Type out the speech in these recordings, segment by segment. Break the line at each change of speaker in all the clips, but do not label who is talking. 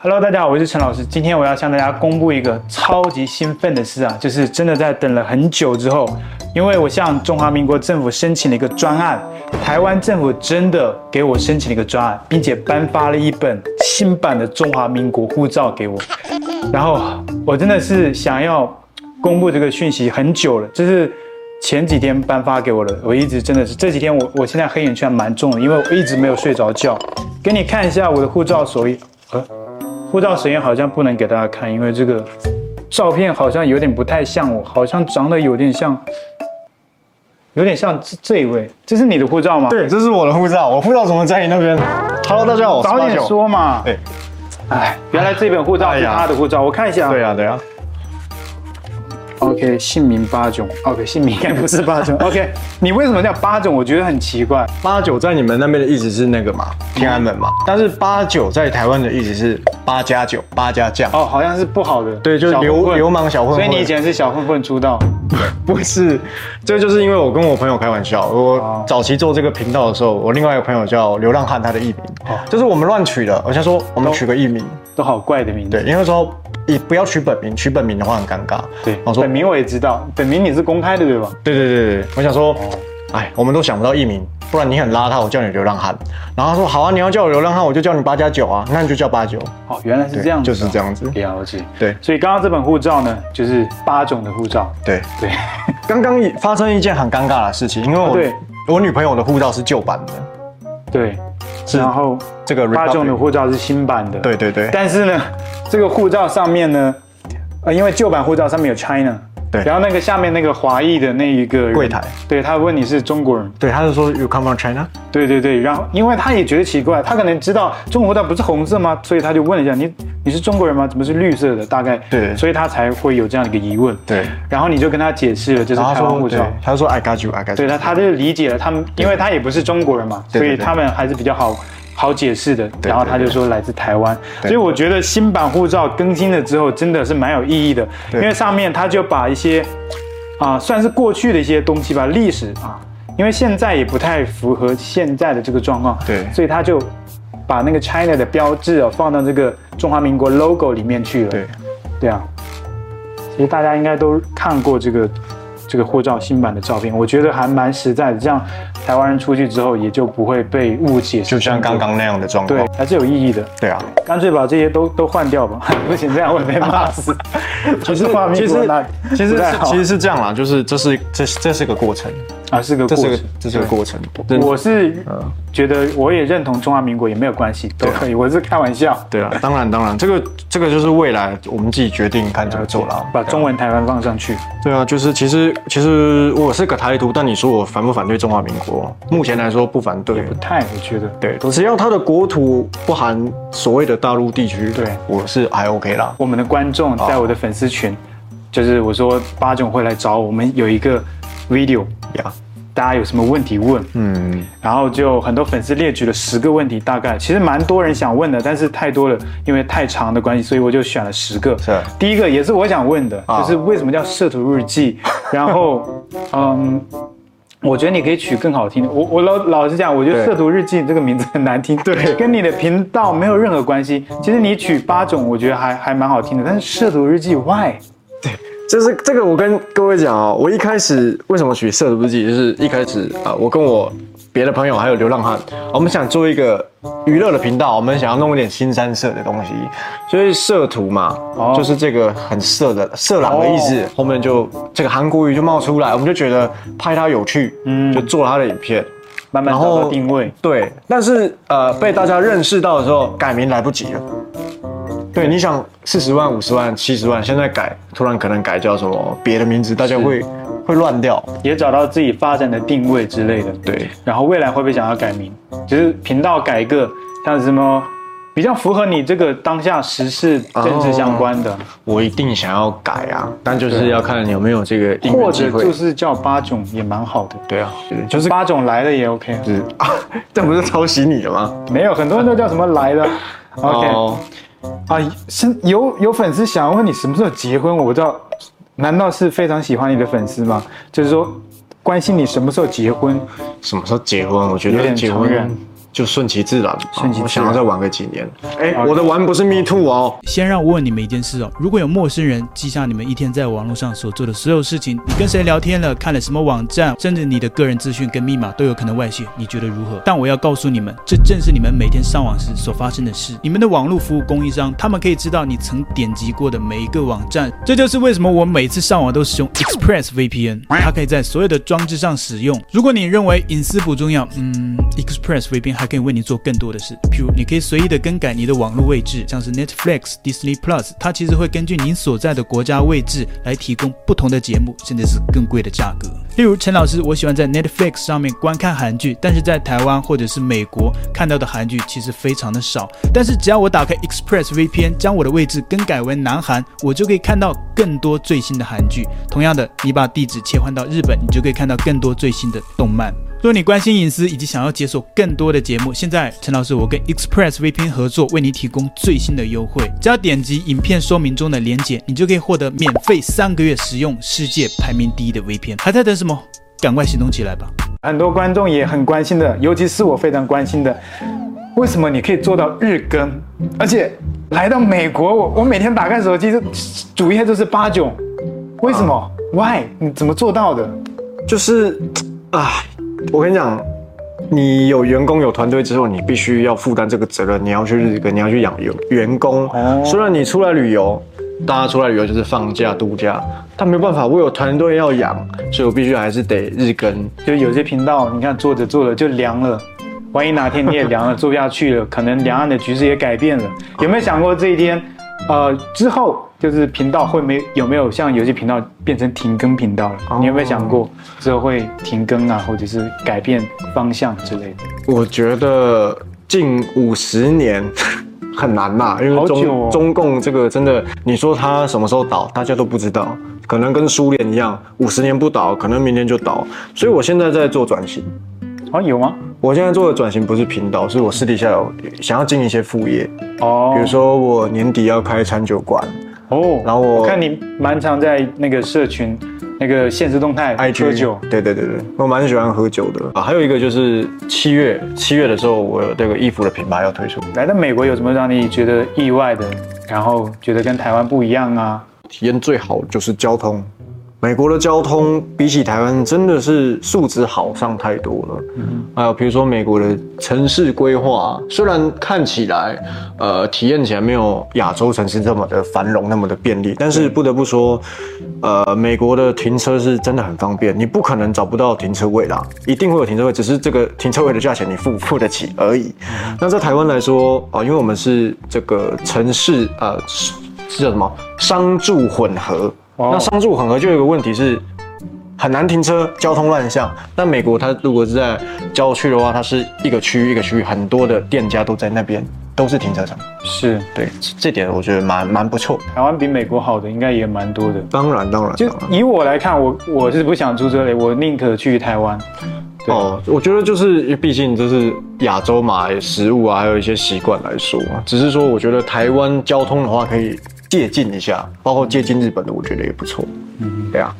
Hello，大家好，我是陈老师。今天我要向大家公布一个超级兴奋的事啊，就是真的在等了很久之后，因为我向中华民国政府申请了一个专案，台湾政府真的给我申请了一个专案，并且颁发了一本新版的中华民国护照给我。然后我真的是想要公布这个讯息很久了，就是前几天颁发给我的，我一直真的是这几天我我现在黑眼圈蛮重的，因为我一直没有睡着觉。给你看一下我的护照手印，呃，护照手印好像不能给大家看，因为这个照片好像有点不太像我，好像长得有点像，有点像这这一位，这是你的护照吗？，
对，这是我的护照，我护照怎么在你那边？Hello，大家好，我是
早点
八九。
说嘛。
对，
哎，原来这本护照
哎
是
呀
他的护照，我看一下。
对啊，对啊，
OK，姓名八囧。OK，姓名应该不是八 囧。OK，你为什么叫八囧？我觉得很奇怪。
八九在你们那边的意思是那个嘛，
嗯
天安门嘛，但是八九在台湾的意思是八加九，八加酱。
哦，好像是不好的。
对就是
小混
流
混
流氓小混混
所以你以前是小混混出道。
不是，这就是因为我跟我朋友开玩笑，
哦
我早期做这个频道的时候，我另外一个朋友叫流浪汉，他的艺名
哦，
就是我们乱取的。我先说我们取个艺名，
都好怪的名字。
对，因为说也不要取本名，取本名的话很尴尬。
对，
哦我说
本名我也知道，本名你是公开的对吧？
对对对对对，我想说，
哦
哎，我们都想不到艺名，不然你很邋遢，我叫你流浪汉。然后他说好啊，你要叫我流浪汉，我就叫你八加九啊，那你就叫八九。
哦，原来是
对
这样子，
就是这样子。
了解。
对
所以刚刚这本护照呢，就是八种的护照。
对，
对，
刚刚发生一件很尴尬的事情，因为我、
啊对
我女朋友的护照是旧版的，
对。
是
然后
这个
八种的
Republic
护照是新版的。
对对对
但是呢，这个护照上面呢，呃，因为旧版护照上面有 China，
对
然后那个下面那个华裔的那一个人
柜台，
对他问你是中国人，
对，他就说 You come from China，
对对对，然后因为他也觉得奇怪，他可能知道中国护照不是红色吗？所以他就问了一下你你是中国人吗？怎么是绿色的？大概
对
所以他才会有这样的一个疑问。
对，
然后你就跟他解释了，这是
然后
台
他
湾护
说对
照。，
他就说 I got you，I got
对
you。
他，他就理解了他们，因为他也不是中国人嘛，
对
所
对
以
对
他们还是比较好好解释的。
对
然后他就说来自台湾，所以我觉得新版护照更新了之后，真的是蛮有意义的，因
对
为上面他就把一些啊、算是过去的一些东西吧，历史啊，因为现在也不太符合现在的这个状况，
对
所以他就把那个 China 的标志哦放到这个中华民国 logo 里面去了，
对，
对啊，其实大家应该都看过这个这个护照新版的照片，我觉得还蛮实在的，这样台湾人出去之后也就不会被误解是中国
就
人，
像刚刚那样的状
对
况。，
还是有意义的。
对啊，
干脆把这些都都换掉吧， 不行这样会被骂 死。
其实
中华民
其
国
实
那
其
不
实
太
是
好
其实是这样啦，就是这是这这是个过程，
啊是个
这
过程
是个，这是个过程。
对。我是
嗯
觉得我也认同中华民国也没有关系，都可
啊
以，我是开玩笑。
对啊，当然当然，这个这个就是未来我们自己决定看怎么做啦。
把中文台湾放上去，
对啊，就是其实其实我是个台独，但你说我反不反对中华民国？目前来说不反对。
太我觉得
对，只要它的国土不含所谓的大陆地区，
对
我是还 OK 啦。
我们的观众在我的粉丝群，就是我说八种会来找我我们有一个 video，
呀，
大家有什么问题问，
嗯，
然后就很多粉丝列举了十个问题，大概其实蛮多人想问的，但是太多了，因为太长的关系，所以我就选了十个。
是
第一个也是我想问的，
啊
就是为什么叫摄图日 记？然后，嗯。我觉得你可以取更好听的。我我老老实讲，我觉得“
对
摄图日记”这个名字很难听，
对
跟你的频道没有任何关系。其实你取八种，我觉得还还蛮好听的。但是“摄图日记 ”why？
就是这个，我跟各位讲哦，我一开始为什么取摄毒日记，就是一开始啊、呃我跟我别的朋友还有流浪汉，我们想做一个娱乐的频道，我们想要弄一点新三色的东西，所以摄图嘛，
哦
就是这个很色的色狼的意思，
哦
后面就这个韩国语就冒出来，我们就觉得拍它有趣，
嗯
就做它的影片。
慢慢
然
找
后
到定位。
对，但是呃，被大家认识到的时候，改名来不及了。对，你想四十万、五十万、七十万，现在改，突然可能改叫什么别的名字，大家会会乱掉。
也找到自己发展的定位之类的。
对，
然后未来会不会想要改名？就是频道改一个，像什么比较符合你这个当下时事政治相关的，
我一定想要改啊，但就是要看有没有这个应
或
援机
者
会。
就是叫八种也蛮好的。
对啊，对就是
八种来了也 OK，
是啊，这不是抄袭你的吗
没有很多人都叫什么来的。OK、
哦
啊，是有有粉丝想要问你什么时候结婚，我不知道，难道是非常喜欢你的粉丝吗？就是说关心你什么时候结婚，
什么时候结婚？我觉
有
得
点
结
长
婚
远。
就顺其自然。
顺其自然
我想要再玩个几年。哎、
好
我的玩不是 me too 哦，
先让我问你们一件事哦，如果有陌生人记下你们一天在网络上所做的所有事情，你跟谁聊天了，看了什么网站，甚至你的个人资讯跟密码都有可能外泄，你觉得如何？但我要告诉你们，这正是你们每天上网时所发生的事。你们的网络服务供应商，他们可以知道你曾点击过的每一个网站，这就是为什么我每次上网都使用 Express VPN，它可以在所有的装置上使用。如果你认为隐私不重要，嗯，Express VPN 还可以为你做更多的事，譬如你可以随意的更改你的网络位置，像是 Netflix、Disney Plus，它其实会根据您所在的国家位置来提供不同的节目，甚至是更贵的价格。例如陈老师，我喜欢在 Netflix 上面观看韩剧，但是在台湾或者是美国看到的韩剧其实非常的少。但是只要我打开 Express VPN，将我的位置更改为南韩，我就可以看到更多最新的韩剧。同样的，你把地址切换到日本，你就可以看到更多最新的动漫。如果你关心隐私以及想要解锁更多的节目，现在陈老师我跟 Express VPN 合作，为你提供最新的优惠。只要点击影片说明中的链接，你就可以获得免费三个月使用世界排名第一的 VPN。还在等什么？赶快行动起来吧！
很多观众也很关心的，尤其是我非常关心的，为什么你可以做到日更？而且来到美国，我我每天打开手机，就主页就是八九，为什
啊
么、w h y 你怎么做到的？
就是，哎，我跟你讲，你有员工有团队之后，你必须要负担这个责任，你要去日本，你要去养员员工。
哦
虽然你出来旅游，大家出来旅游就是放假度假，但没办法，我有团队要养，所以我必须还是得日更。
就有些频道，你看做着做着就凉了，万一哪天你也凉了，做不下去了，可能两岸的局势也改变了。有没有想过这一天？呃，之后就是频道会没有没有像有些频道变成停更频道了？
哦
你有没有想过之后会停更啊，或者是改变方向之类的？
我觉得近五十年 很难呐、因为
好久
中、
哦
中共这个真的，你说它什么时候倒，大家都不知道，可能跟苏联一样，五十年不倒，可能明天就倒。所以我现在在做转型，
哦，有吗？
我现在做的转型不是频道，是我私底下有想要进一些副业，
哦，
比如说我年底要开餐酒馆，
哦，
然后我
看你蛮常在那个社群、那个现实动态
IG
喝酒，
对对对对，我蛮喜欢喝酒的啊。还有一个就是七月，七月的时候我有这个衣服的品牌要推出，
来到美国有什么让你觉得意外的？然后觉得跟台湾不一样啊？
体验最好就是交通。美国的交通比起台湾真的是素质好上太多了。还有比如说美国的城市规划，虽然看起来，呃，体验起来没有亚洲城市这么的繁荣，那么的便利，但是不得不说，呃，美国的停车是真的很方便，你不可能找不到停车位啦，一定会有停车位，只是这个停车位的价钱你付不付得起而已。那在台湾来说，啊、因为我们是这个城市，呃，是是叫什么商住混合，
哦
那商住混合就有一个问题是。很难停车，交通乱象。那美国它如果是在郊区的话，它是一个区域一个区域，很多的店家都在那边，都是停车场。
是
对，这这点我觉得蛮蛮不错。
台湾比美国好的应该也蛮多的。
当然，当然，
就以我来看，我我是不想住这里，我宁可去台湾。对
哦，我觉得就是，毕竟这是亚洲嘛，食物啊，还有一些习惯来说，啊只是说我觉得台湾交通的话可以借鉴一下，包括借鉴日本的，我觉得也不错。嗯，对啊。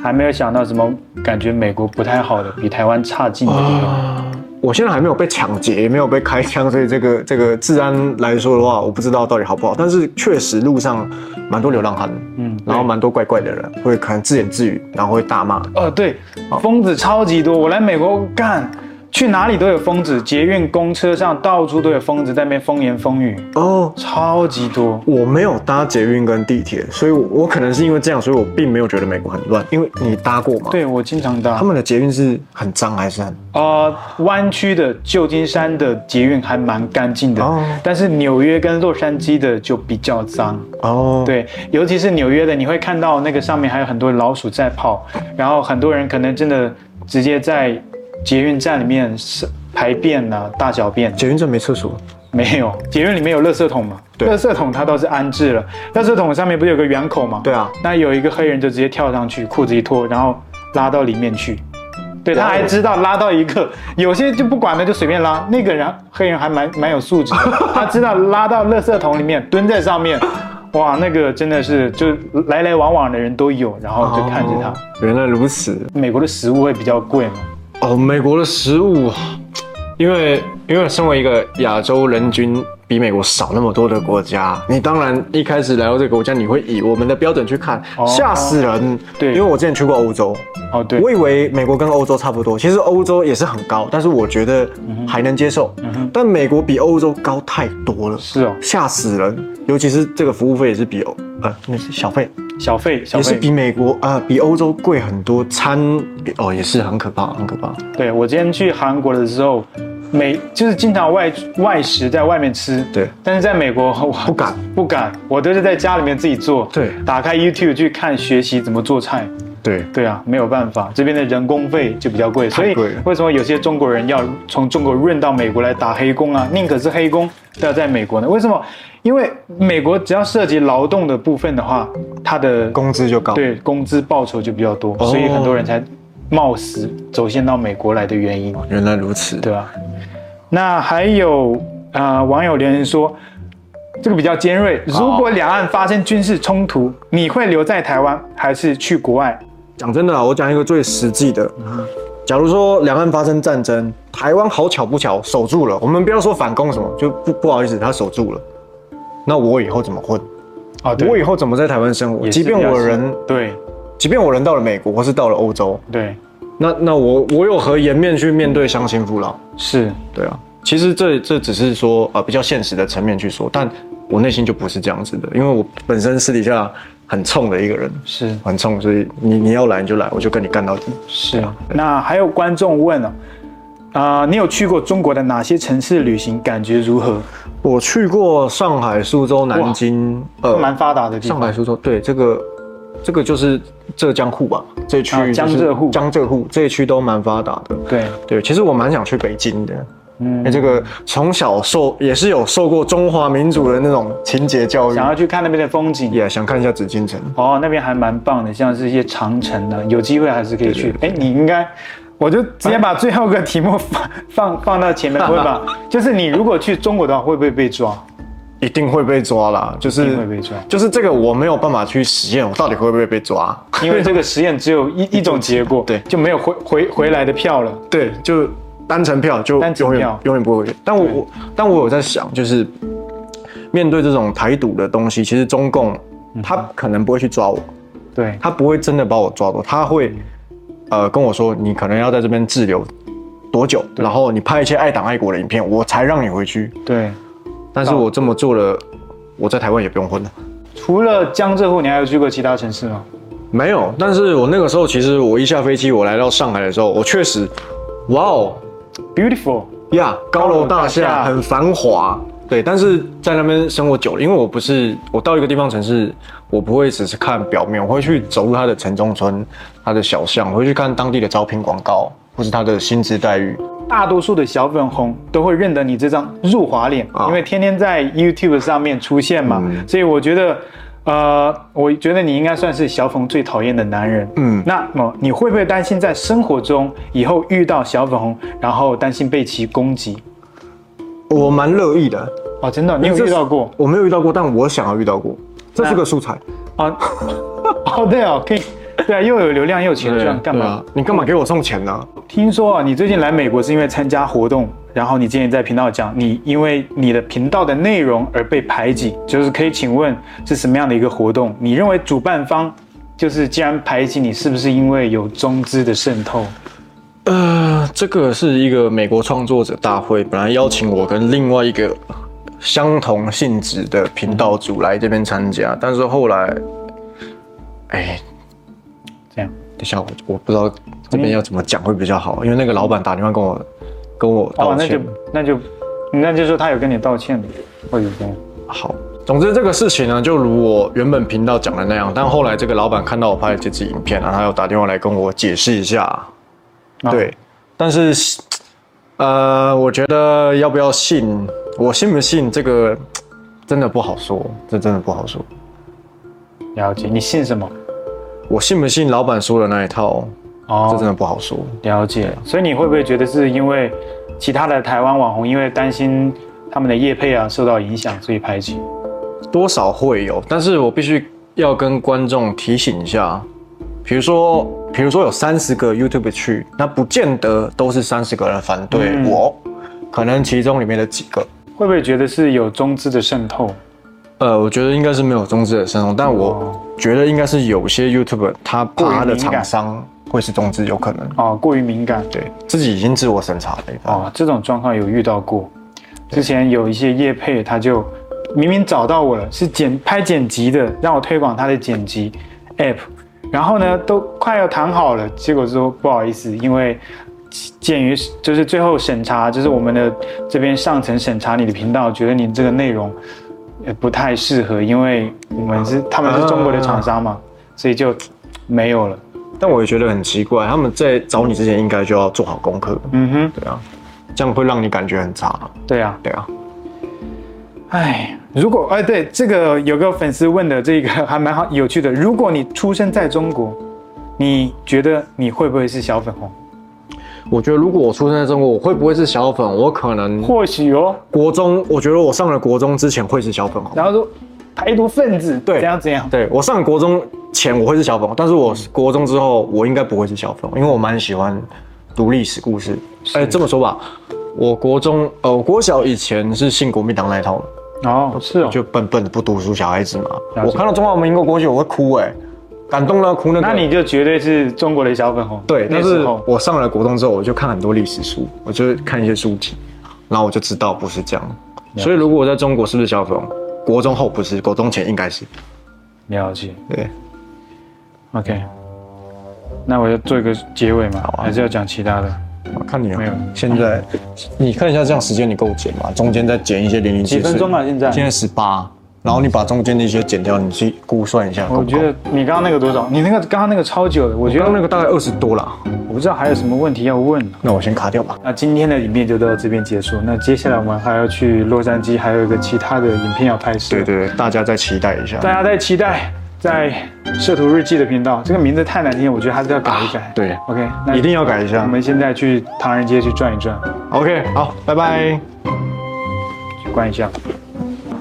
还没有想到什么感觉美国不太好的，比台湾差劲的地方。
啊，我现在还没有被抢劫，也没有被开枪，所以这个这个治安来说的话，我不知道到底好不好。但是确实路上蛮多流浪汉，
嗯
嗯，然后蛮多怪怪的人，会可能自言自语，然后会大骂。
哦，对，疯子超级多。我来美国干，去哪里都有疯子，捷运、公车上到处都有疯子在那边风言风语，
哦，
超级多。
我没有搭捷运跟地铁，所以我我可能是因为这样，所以我并没有觉得美国很乱。因为你搭过吗？，
对我经常搭
他，们的捷运是很脏还是很？
呃，湾区的旧金山的捷运还蛮干净的，
哦
但是纽约跟洛杉矶的就比较脏。
哦，，
对，尤其是纽约的，你会看到那个上面还有很多老鼠在跑，然后很多人可能真的直接在捷运站里面是排便呐、啊大小便。
捷运站没厕所。
没有，捷运里面有垃圾桶嘛？
对
垃圾桶它倒是安置了，垃圾桶上面不是有个圆口吗？
对啊，
那有一个黑人就直接跳上去，裤子一脱，然后拉到里面去。对，他还知道拉到一个，有些就不管了，就随便拉。那个人黑人还蛮蛮有素质的， 他知道拉到垃圾桶里面，蹲在上面，哇，那个真的是就来来往往的人都有，然后就看着他。
哦原来如此。呃
美国的食物会比较贵嘛？
哦，美国的食物，因为因为身为一个亚洲人均比美国少那么多的国家，你当然一开始来到这个国家，你会以我们的标准去看，
哦
吓死人。
对
因为我之前去过欧洲，
哦，对，
我以为美国跟欧洲差不多，其实欧洲也是很高，但是我觉得
嗯
还能接受。但美国比欧洲高太多了，
是哦，
吓死人！尤其是这个服务费也是比欧呃那是小费，
小费小
也是
费，
比美国呃比欧洲贵很多，餐哦也是很可怕，很可怕。
对我今天去韩国的时候，美就是经常外外食在外面吃，
对
但是在美国我
不敢
不敢，我都是在家里面自己做，
对
打开 YouTube 去看学习怎么做菜。
对，
对啊，没有办法，这边的人工费就比较贵，所以
贵了
为什么有些中国人要从中国润到美国来打黑工啊？宁可是黑工都要在美国呢？为什么？因为美国只要涉及劳动的部分的话，它的
工资就高。
对工资报酬就比较多，
哦
所以很多人才冒死走线到美国来的原因，
原来如此。
对吧、那还有啊、呃网友留言说。这个比较尖锐。
哦
如果两岸发生军事冲突，你会留在台湾还是去国外？
讲真的啊，我讲一个最实际的。假如说两岸发生战争，台湾好巧不巧守住了，我们不要说反攻什么，就不不好意思，他守住了。那我以后怎么混？
哦，
我以后怎么在台湾生活？
也
即
是
便
比较
我
是
人，
对
即便我人到了美国或是到了欧洲，
对
那那我我有何颜面去面对乡亲父老？
是，
对啊，其实这这只是说呃比较现实的层面去说，但我内心就不是这样子的，因为我本身私底下很冲的一个人，
是
很冲，所以你你要来你就来，我就跟你干到底。
是。
啊
那还有观众问了、啊、你有去过中国的哪些城市旅行？感觉如何？
我去过上海、苏州、南京，
蛮发达的地
呃上
方。
海、苏州，对这个这个就是浙江沪吧，这一区、
啊江浙沪
江浙沪这一区都蛮发达的。
对，
对，其实我蛮想去北京的。
嗯
嗯，这个从小受也是有受过中华民族的那种情节教育，
想要去看那边的风景。
也想看一下紫禁城。
哦，那边还蛮棒的，像是一些长城啊，有机会还是可以去。哎，你应该，我就直接把最后一个题目放 放放到前面，不会 吧？就是你如果去中国的话，会不会被抓？
一定会被抓啦，就是
一定会被抓
就是这个我没有办法去实验，我到底会不会被抓？
因为这个实验只有 一一种结果，
对
就没有回回回来的票了。
对，就单程票就
单程
永远
票
永远不会有。但我我但我有在想，就是面对这种台独的东西，其实中共他可能不会去抓我，
对，
他不会真的把我抓走，他会呃跟我说，你可能要在这边滞留多久，然后你拍一些爱党爱国的影片，我才让你回去。
对。
但是我这么做了，我在台湾也不用混了。
除了江浙沪，你还有去过其他城市吗？
没有，但是我那个时候其实我一下飞机，我来到上海的时候，我确实，哇哦
Beautiful，
呀，高
高
楼大
楼大厦
厦很繁华，对，但是在那边生活久了，因为我不是我到一个地方城市，我不会只是看表面，我会去走入它的城中村、它的小巷，我会去看当地的招聘广告，或是它的薪资待遇。
大多数的小粉红都会认得你这张入华脸，
啊嗯
因为天天在 YouTube 上面出现嘛，所以我觉得，呃，我觉得你应该算是小粉最讨厌的男人。
嗯
那么你会不会担心在生活中以后遇到小粉红，然后担心被其攻击？
我蛮乐意的，
哦，真的，你有
这
遇
是
到过
我没有遇到过，但我想要遇到过，这是个素材。
啊？哦，对哦，可以，对啊，又有流量又有钱赚，干嘛？
对啊你干嘛给我送钱呢、
听说啊，你最近来美国是因为参加活动，然后你之前在频道讲，你因为你的频道的内容而被排挤，就是可以请问是什么样的一个活动？你认为主办方就是既然排挤你，是不是因为有中资的渗透？
呃，这个是一个美国创作者大会，本来邀请我跟另外一个相同性质的频道主来这边参加，但是后来，哎，
这样
等一下我我不知道这边要怎么讲会比较好，因为那个老板打电话跟我跟我
哦
道，
那
歉
就。那就那就说他有跟你道歉，哦或者这样。
好，总之这个事情呢，就如我原本频道讲的那样，但后来这个老板看到我拍的这支影片啊，他有打电话来跟我解释一下，
啊
对，但是，呃，我觉得要不要信，我信不信这个，真的不好说，这真的不好说。
了解，你信什么？
我信不信老板说的那一套，
哦
这真的不好说。
了解，所以你会不会觉得是因为其他的台湾网红因为担心他们的业配啊受到影响，所以排挤？
多少会有，但是我必须要跟观众提醒一下，比如说，比如说有三十个 YouTube 去，那不见得都是三十个人反对
嗯
我，可能其中里面的几个。
会不会觉得是有中资的渗透？
呃，我觉得应该是没有中资的渗透，但我觉得应该是有些 YouTuber 他
过于
爬的
敏感
厂商会是中资，有可能。
哦，过于敏感。
对自己已经自我审查了，你知道吗
哦，这种状况有遇到过。之前有一些业配，他就明明找到我了，是剪拍剪辑的，让我推广他的剪辑 app，然后呢，都快要谈好了，结果说不好意思，因为鉴于就是最后审查，就是我们的这边上层审查你的频道，觉得你这个内容呃不太适合，因为我们是他们是中国的厂商嘛，所以就没有了。
但我也觉得很奇怪，他们在找你之前应该就要做好功课，
嗯哼，
对啊，这样会让你感觉很差，
对啊。
对啊。
哎，如果哎，对，这个有个粉丝问的这个还蛮好有趣的。如果你出生在中国，你觉得你会不会是小粉红？
我觉得如果我出生在中国，我会不会是小粉？我可能
或许哦。
国中，我觉得我上了国中之前会是小粉红。
然后说台独分子，
对
怎样怎样。
对我上国中前我会是小粉红，但是我
嗯
国中之后我应该不会是小粉红，因为我蛮喜欢读历史故事。哎、这么说吧，我国中呃，我国小以前是信国民党那一套的，
哦，是哦。
就笨笨的不读书小孩子嘛。
了解
我看到中华民国国旗我会哭哎、感动到哭那个。
那你就绝对是中国的小粉红。
对，
那
但
时
是
候
我上了国中之后，我就看很多历史书，我就看一些书籍，然后我就知道不是这样。所以如果我在中国是不是小粉红？国中后不是，国中前应该是。
了解。
对，
OK，那我就做一个结尾嘛，还是要讲其他的？
我看你啊
没有
现在你看一下这样时间你够剪吗？中间再剪一些零零七
几分钟啊现在
现在十八，然后你把中间的一些剪掉，你去估算一下。
我觉得你刚刚那个多少？你那个刚刚那个超久的，我觉
刚
得
刚那个大概二十多啦，
我不知道还有什么问题要问呢。
那我先卡掉吧。
那今天的影片就到这边结束。那接下来我们还要去洛杉矶，还有一个其他的影片要拍摄。
对，对对，大家再期待一下。
大家在期待在摄图日记的频道，这个名字太难听，我觉得还是要改一改。
对
，OK，那
一定要改一下
我们现在去唐人街去转一转，
OK，好，拜拜。
去观一下。